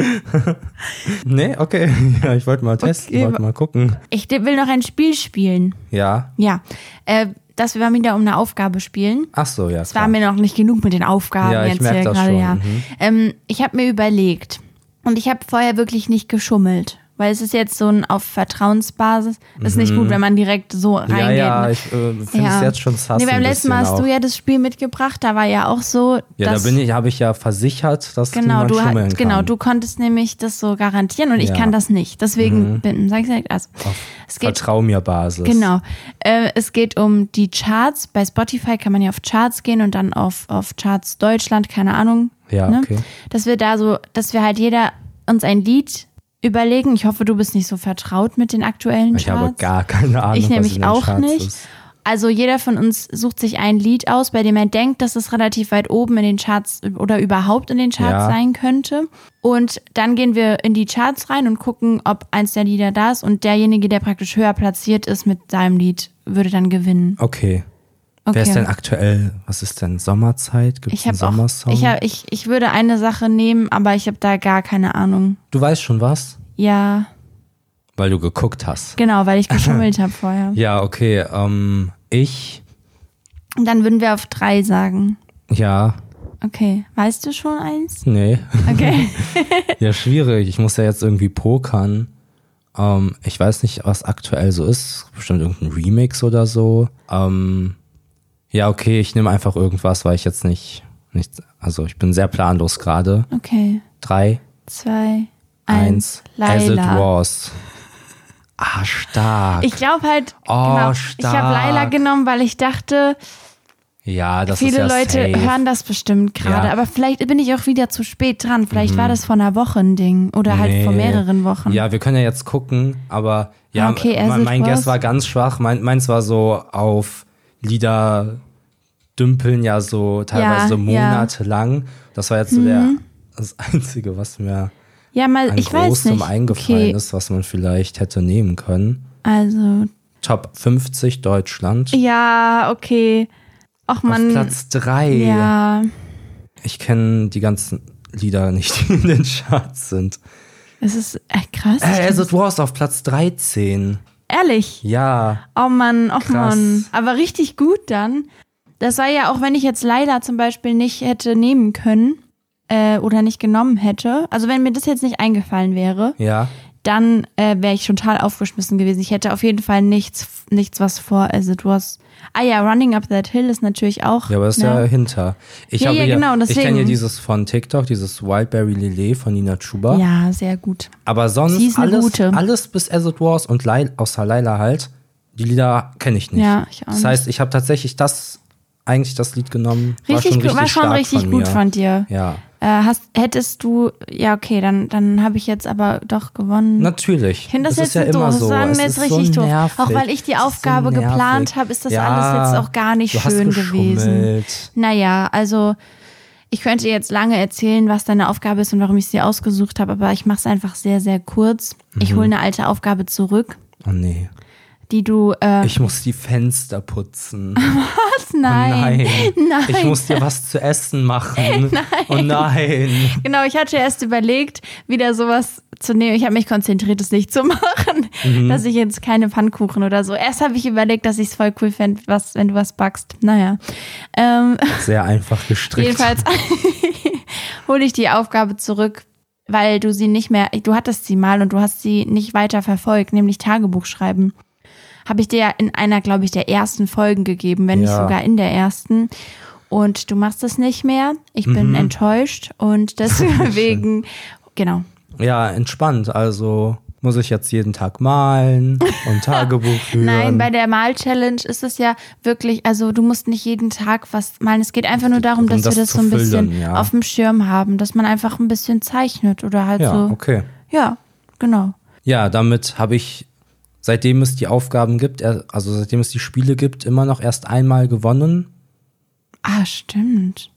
S1: nee, okay. Ja, ich wollte mal testen,
S2: Okay,
S1: wollte mal gucken.
S2: Ich will noch ein Spiel spielen.
S1: Ja.
S2: Ja, äh, dass wir mal wieder um eine Aufgabe spielen.
S1: Ach so, ja.
S2: Es war mir noch nicht genug mit den Aufgaben
S1: Ja, ich
S2: jetzt
S1: merk
S2: hier
S1: das
S2: gerade.
S1: schon.
S2: Ja.
S1: Mhm.
S2: Ähm, ich habe mir überlegt und ich habe vorher wirklich nicht geschummelt. Weil es ist jetzt so ein auf Vertrauensbasis. Das ist nicht gut, wenn man direkt so reingeht.
S1: Mhm. Ja, ja,
S2: ne?
S1: ich äh, finde es jetzt schon sass.
S2: nee, beim
S1: ein bisschen
S2: letzten Mal hast
S1: auch.
S2: du ja das Spiel mitgebracht, da war ja auch so,
S1: Ja, da
S2: dass
S1: bin ich, habe ich ja versichert, dass
S2: genau,
S1: niemand
S2: du hat-
S1: schummeln
S2: genau,
S1: kann.
S2: du konntest nämlich das so garantieren und ich
S1: Ja. Mhm.
S2: kann das nicht. Deswegen bin, sag ich direkt, also es geht
S1: Vertrau mir Basis.
S2: Genau. Äh, es geht um die Charts. Bei Spotify kann man ja auf Charts gehen und dann auf, auf Charts Deutschland, keine Ahnung. Ne?
S1: Ja, okay.
S2: Dass wir da so, dass wir halt jeder uns ein Lied überlegen. Ich hoffe, du bist nicht so vertraut mit den aktuellen
S1: Ich
S2: Charts.
S1: habe gar keine Ahnung.
S2: Ich
S1: was
S2: nämlich
S1: in den
S2: auch
S1: Charts
S2: nicht.
S1: Ist.
S2: Also jeder von uns sucht sich ein Lied aus, bei dem er denkt, dass es relativ weit oben in den Charts oder überhaupt in den Charts
S1: Ja.
S2: sein könnte. Und dann gehen wir in die Charts rein und gucken, ob eins der Lieder da ist. Und derjenige, der praktisch höher platziert ist mit seinem Lied, würde dann gewinnen.
S1: Okay.
S2: Okay.
S1: Wer ist denn aktuell? Was ist denn Sommerzeit? Gibt es
S2: ich
S1: einen
S2: habe auch,
S1: Sommersong?
S2: ich, hab, ich, ich würde eine Sache nehmen, aber ich habe da gar keine Ahnung.
S1: du weißt schon was,
S2: Ja,
S1: weil du geguckt hast.
S2: genau, weil ich geschummelt habe vorher.
S1: Ja, okay. Ähm, ich,
S2: Und dann würden wir auf drei sagen.
S1: ja,
S2: Okay, weißt du schon eins?
S1: nee.
S2: Okay.
S1: ja, schwierig. Ich muss ja jetzt irgendwie pokern. Ähm, ich weiß nicht, was aktuell so ist. Bestimmt irgendein Remix oder so. Ähm, ja, okay, ich nehme einfach irgendwas, weil ich jetzt nicht, nicht also ich bin sehr planlos gerade.
S2: Okay.
S1: Drei,
S2: zwei,
S1: eins,
S2: eins,
S1: as it
S2: Laila.
S1: was. Ah, stark.
S2: Ich glaube halt,
S1: Oh,
S2: genau, ich habe
S1: stark.
S2: Laila genommen, weil ich dachte,
S1: ja, das ist ja
S2: viele Leute
S1: safe.
S2: hören das bestimmt gerade.
S1: Ja. Mhm.
S2: Aber vielleicht bin ich auch wieder zu spät dran. Vielleicht war das vor einer Woche ein Ding oder halt vor
S1: Nee.
S2: mehreren Wochen.
S1: Ja, wir können ja jetzt gucken, aber ja,
S2: Ah, okay,
S1: me-
S2: As
S1: mein,
S2: It
S1: Guess
S2: Was.
S1: war ganz schwach. Mein, meins war so auf Lieder dümpeln ja so teilweise
S2: Ja, ja.
S1: monatelang. Das war jetzt so der, das Einzige, was mir
S2: Ja, mal,
S1: an
S2: Äh, ich weiß
S1: großem
S2: nicht.
S1: eingefallen
S2: okay,
S1: ist, was man vielleicht hätte nehmen können.
S2: also
S1: Top 50 Deutschland.
S2: ja, okay. Och
S1: auf
S2: man,
S1: Platz 3.
S2: ja,
S1: Ich kenne die ganzen Lieder nicht, die in den Charts sind.
S2: es ist echt krass.
S1: Äh, As It Was auf Platz 13.
S2: Ehrlich.
S1: Ja.
S2: Oh Mann, oh
S1: Krass.
S2: Mann. Aber richtig gut dann. Das war ja auch, wenn ich jetzt leider zum Beispiel nicht hätte nehmen können äh, oder nicht genommen hätte. Also wenn mir das jetzt nicht eingefallen wäre,
S1: Ja.
S2: dann äh, wäre ich total aufgeschmissen gewesen. Ich hätte auf jeden Fall nichts, nichts was vor as it was. Ah ja, Running Up That Hill ist natürlich auch.
S1: Ja, aber das ist ja
S2: ne?
S1: hinter. Ich
S2: Ja,
S1: habe
S2: ja,
S1: hier,
S2: genau,
S1: ich kenne
S2: deswegen.
S1: ja dieses von TikTok, dieses Wildberry Lillet von Nina Chuba.
S2: ja sehr gut.
S1: Aber
S2: Sie ist
S1: sonst
S2: eine
S1: alles,
S2: gute.
S1: alles bis As It Was und Lai, außer Laila halt, die Lieder kenne ich nicht.
S2: Ja, ich auch
S1: das heißt, ich habe tatsächlich das, eigentlich das Lied genommen. war
S2: Richtig
S1: schon
S2: gut,
S1: richtig,
S2: war schon
S1: stark
S2: richtig
S1: von
S2: gut
S1: mir.
S2: von dir.
S1: Ja,
S2: Äh, hast, hättest du, ja okay, dann, dann habe ich jetzt aber doch gewonnen.
S1: natürlich.
S2: Ich finde das,
S1: ist
S2: jetzt
S1: ja
S2: doof.
S1: immer so.
S2: Das war
S1: es
S2: mir
S1: ist
S2: jetzt
S1: so
S2: richtig doof.
S1: nervig.
S2: Auch weil ich die
S1: Es ist so
S2: Aufgabe
S1: nervig.
S2: geplant habe, ist das
S1: ja,
S2: alles jetzt auch gar nicht
S1: du hast
S2: schön gewesen.
S1: geschummelt.
S2: Naja, also ich könnte jetzt lange erzählen, was deine Aufgabe ist und warum ich sie ausgesucht habe, aber ich mache es einfach sehr, sehr kurz. Ich hole eine alte Aufgabe zurück,
S1: Oh nee.
S2: die du. Äh,
S1: Ich muss die Fenster putzen.
S2: nein.
S1: Oh nein. Ich muss dir was zu essen machen. Oh nein.
S2: Genau, ich hatte erst überlegt, wieder sowas zu nehmen. Ich habe mich konzentriert, es nicht zu machen, dass ich jetzt keine Pfannkuchen oder so. Erst habe ich überlegt, dass ich es voll cool fände, was, wenn du was backst. Naja. Ähm,
S1: Sehr einfach gestrickt.
S2: Jedenfalls hole ich die Aufgabe zurück, weil du sie nicht mehr, du hattest sie mal und du hast sie nicht weiter verfolgt, nämlich Tagebuch schreiben. Habe ich dir ja in einer, glaube ich, der ersten Folgen gegeben, wenn nicht
S1: Ja.
S2: sogar in der ersten. Und du machst es nicht mehr. Ich
S1: Mhm.
S2: bin enttäuscht und deswegen, genau.
S1: Ja, entspannt. Also muss ich jetzt jeden Tag malen und Tagebuch führen.
S2: Nein, bei der Mal-Challenge ist es ja wirklich, also du musst nicht jeden Tag was malen. Es geht einfach nur darum,
S1: Um
S2: dass
S1: das
S2: wir das
S1: zu
S2: so ein bisschen
S1: füllen, ja.
S2: auf dem Schirm haben, dass man einfach ein bisschen zeichnet oder halt
S1: ja,
S2: so.
S1: okay.
S2: Ja, genau.
S1: Ja, damit habe ich, seitdem es die Aufgaben gibt, er- also seitdem es die Spiele gibt, immer noch erst einmal gewonnen.
S2: Ah, stimmt.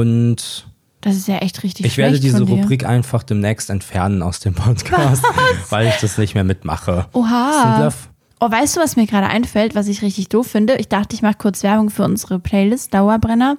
S1: Und
S2: Das ist ja echt richtig
S1: ich werde
S2: schlecht
S1: diese
S2: von dir.
S1: Rubrik einfach demnächst entfernen aus dem Podcast, weil ich das nicht mehr mitmache.
S2: Oha.
S1: Das ist ein Bluff.
S2: Oh, weißt du, was mir gerade einfällt, was ich richtig doof finde? Ich dachte, ich mache kurz Werbung für unsere Playlist Dauerbrenner.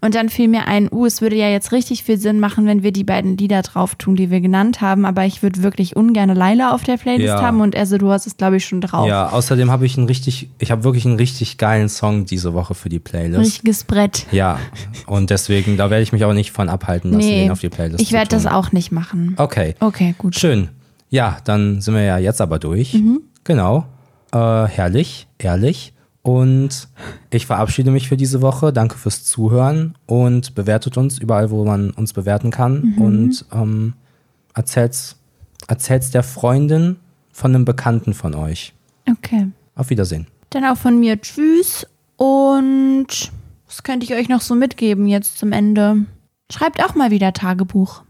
S2: Und dann fiel mir ein, uh, es würde ja jetzt richtig viel Sinn machen, wenn wir die beiden Lieder drauf tun, die wir genannt haben. Aber ich würde wirklich ungern Laila auf der Playlist
S1: Ja.
S2: haben und also du hast es, glaube ich, schon drauf.
S1: Ja, außerdem habe ich einen richtig, ich habe wirklich einen richtig geilen Song diese Woche für die Playlist.
S2: Richtiges Brett.
S1: Ja, und deswegen, da werde ich mich auch nicht von abhalten lassen, den auf die Playlist Oh.
S2: ich werde
S1: zu
S2: das
S1: tun.
S2: auch nicht machen.
S1: Okay,
S2: Okay, gut.
S1: schön. Ja, dann sind wir ja jetzt aber durch. Genau. Äh, herrlich, ehrlich. Und ich verabschiede mich für diese Woche. Danke fürs Zuhören und bewertet uns überall, wo man uns bewerten kann. Und ähm, erzählt's, erzählt's der Freundin von einem Bekannten von euch.
S2: Okay.
S1: Auf Wiedersehen.
S2: Dann auch von mir Tschüss und was könnte ich euch noch so mitgeben jetzt zum Ende? Schreibt auch mal wieder Tagebuch.